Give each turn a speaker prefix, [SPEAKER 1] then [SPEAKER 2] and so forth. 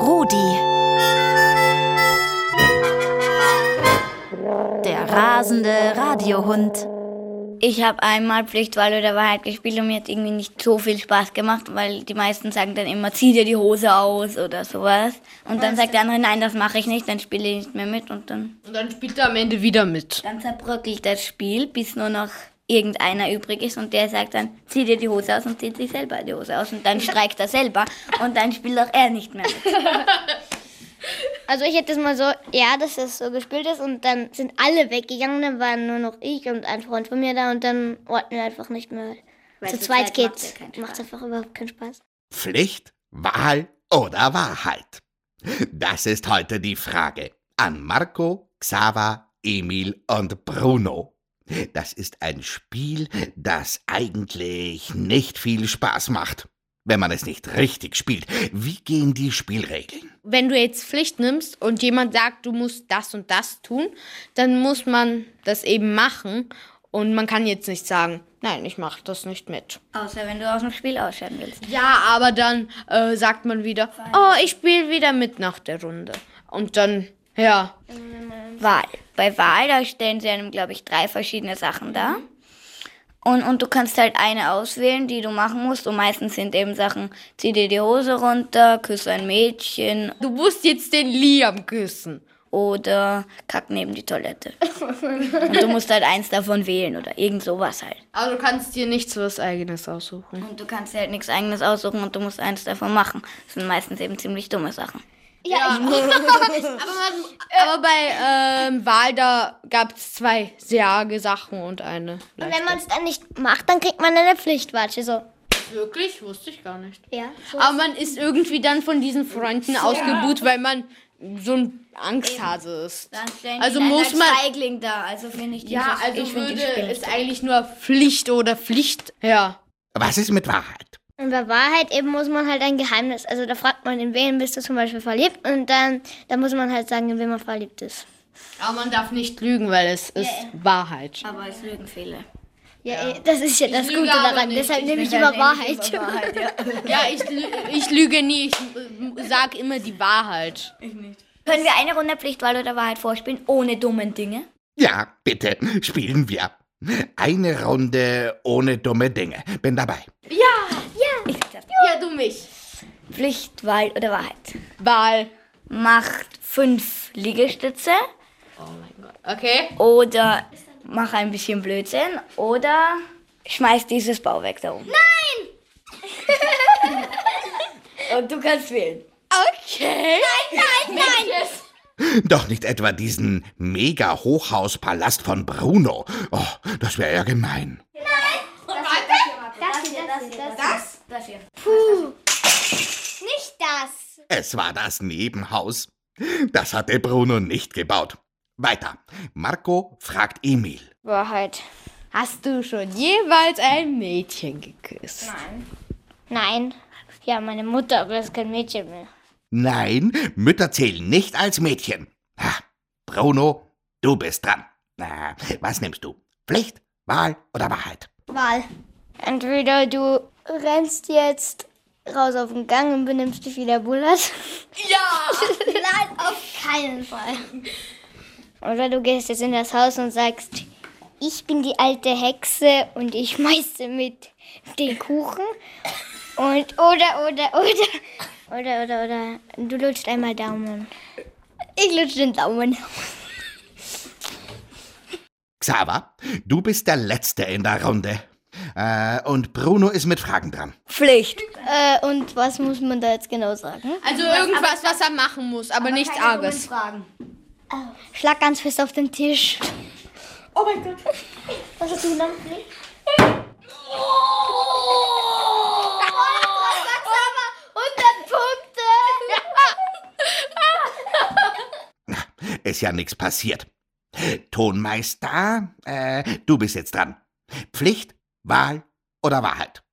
[SPEAKER 1] Rudi. Der rasende Radiohund.
[SPEAKER 2] Ich habe einmal Pflichtwahl oder Wahrheit gespielt und mir hat irgendwie nicht so viel Spaß gemacht, weil die meisten sagen dann immer, zieh dir die Hose aus oder sowas. Und dann sagt der andere, nein, das mache ich nicht, dann spiele ich nicht mehr mit und dann,
[SPEAKER 3] Und dann spielt er am Ende wieder mit.
[SPEAKER 2] dann zerbröckelt das Spiel, bis nur noch irgendeiner übrig ist und der sagt dann, zieh dir die Hose aus und zieht sich selber die Hose aus und dann streikt er selber und dann spielt auch er nicht mehr mit.
[SPEAKER 4] Also ich hätte es mal so, ja, dass das so gespielt ist und dann sind alle weggegangen, dann waren nur noch ich und ein Freund von mir da und dann wollten wir einfach nicht mehr.
[SPEAKER 2] Weil
[SPEAKER 4] Zu
[SPEAKER 2] zu zweit
[SPEAKER 4] zweit
[SPEAKER 2] macht
[SPEAKER 4] geht's.
[SPEAKER 2] ja keinen
[SPEAKER 4] Macht
[SPEAKER 2] Spaß.
[SPEAKER 4] einfach überhaupt keinen Spaß.
[SPEAKER 5] Pflicht, Wahl oder Wahrheit? Das ist heute die Frage an Marco, Xaver, Emil und Bruno. Das ist ein Spiel, das eigentlich nicht viel Spaß macht, wenn man es nicht richtig spielt. Wie gehen die Spielregeln?
[SPEAKER 3] Wenn du jetzt Pflicht nimmst und jemand sagt, du musst das und das tun, dann muss man das eben machen und man kann jetzt nicht sagen, nein, ich mache das nicht mit.
[SPEAKER 2] Außer wenn du aus dem Spiel ausscheiden willst.
[SPEAKER 3] Ja, aber dann äh, sagt man wieder, oh, ich spiele wieder mit nach der Runde. Und dann, ja,
[SPEAKER 2] Wahl. Bei Wahl, da stellen sie einem, glaube ich, drei verschiedene Sachen dar. Und, und du kannst halt eine auswählen, die du machen musst. Und meistens sind eben Sachen, zieh dir die Hose runter, küsse ein Mädchen
[SPEAKER 3] du musst jetzt den Liam küssen.
[SPEAKER 2] oder kack neben die Toilette. Und du musst halt eins davon wählen oder irgend sowas halt.
[SPEAKER 3] Aber Also du kannst dir nichts was eigenes aussuchen.
[SPEAKER 2] Und du kannst dir halt nichts eigenes aussuchen und du musst eins davon machen. Das sind meistens eben ziemlich dumme Sachen.
[SPEAKER 4] Ja,
[SPEAKER 3] Aber bei ähm, Wahl, da gab es zwei sehr arge Sachen und eine.
[SPEAKER 4] Ich, und wenn man es dann nicht macht, dann kriegt man eine Pflichtwatsche. So,
[SPEAKER 3] Wirklich? Wusste ich gar nicht.
[SPEAKER 4] ja. So.
[SPEAKER 3] Aber man ist irgendwie dann von diesen Freunden ausgebuht, weil man so ein Angsthase ist. Also muss man-
[SPEAKER 2] Feigling da, also finde ich
[SPEAKER 3] eigentlich nur Pflicht oder Pflicht. Ja.
[SPEAKER 5] Was ist mit Wahrheit?
[SPEAKER 4] Und bei Wahrheit eben muss man halt ein Geheimnis. Also da fragt man, in wen bist du zum Beispiel verliebt und dann, dann muss man halt sagen, in wen man verliebt ist.
[SPEAKER 3] Aber man darf nicht lügen, weil es ist Wahrheit.
[SPEAKER 2] Aber es lügen viele.
[SPEAKER 4] Ja, eh, das ist ja das
[SPEAKER 3] lüge
[SPEAKER 4] Gute
[SPEAKER 3] aber
[SPEAKER 4] daran.
[SPEAKER 3] nicht.
[SPEAKER 4] Deshalb
[SPEAKER 3] Ich
[SPEAKER 4] nehme
[SPEAKER 3] bin
[SPEAKER 4] ich
[SPEAKER 2] halt
[SPEAKER 3] ja
[SPEAKER 4] immer
[SPEAKER 3] nicht
[SPEAKER 4] Wahrheit.
[SPEAKER 3] Ja, ich, lü- ich lüge nie. Ich sage immer die Wahrheit.
[SPEAKER 2] Können wir eine Runde Pflichtwahl oder Wahrheit vorspielen, ohne dummen Dinge?
[SPEAKER 5] Ja, bitte, spielen wir. Eine Runde ohne dumme Dinge. Bin dabei.
[SPEAKER 3] Ja, du mich.
[SPEAKER 2] Pflichtwahl oder Wahrheit?
[SPEAKER 3] Wahl.
[SPEAKER 2] Macht fünf Liegestütze
[SPEAKER 3] Oh Okay.
[SPEAKER 2] oder mach ein bisschen Blödsinn oder schmeiß dieses Bauwerk da um. Nein! Und du kannst wählen.
[SPEAKER 3] Okay.
[SPEAKER 5] Doch nicht etwa diesen Mega-Hochhauspalast von Bruno. Oh, das wäre ja gemein.
[SPEAKER 2] Das hier.
[SPEAKER 4] Nicht das.
[SPEAKER 5] Es war das Nebenhaus. Das hatte Bruno nicht gebaut. Weiter. Marco fragt Emil.
[SPEAKER 4] Wahrheit.
[SPEAKER 3] Hast du schon jeweils ein Mädchen geküsst?
[SPEAKER 4] Nein. Ja, meine Mutter, aber das ist kein Mädchen mehr.
[SPEAKER 5] Nein, Mütter zählen nicht als Mädchen. Ha, Bruno, du bist dran. Na, was nimmst du? Pflicht, Wahl oder Wahrheit?
[SPEAKER 4] Wahl. Entweder du rennst jetzt raus auf den Gang und benimmst dich wie der Bullard. Ja! Nein, auf keinen Fall. Oder du gehst jetzt in das Haus und sagst, ich bin die alte Hexe und ich schmeiße mit den Kuchen. Und oder, oder, oder. Oder, oder, oder. Du lutscht einmal Daumen. Ich lutsche den Daumen.
[SPEAKER 5] Xaver, du bist der Letzte in der Runde. Äh, und Bruno ist mit Fragen dran.
[SPEAKER 2] Pflicht.
[SPEAKER 4] Äh, und was muss man da jetzt genau sagen?
[SPEAKER 3] Also irgendwas, was er machen muss, aber, nichts Arges.
[SPEAKER 4] Schlag ganz fest auf den Tisch. Oh mein Gott. Was hast du genommen?
[SPEAKER 5] Ist ja nichts passiert. Tonmeister, äh, du bist jetzt dran. Pflicht, Wahl oder Wahrheit?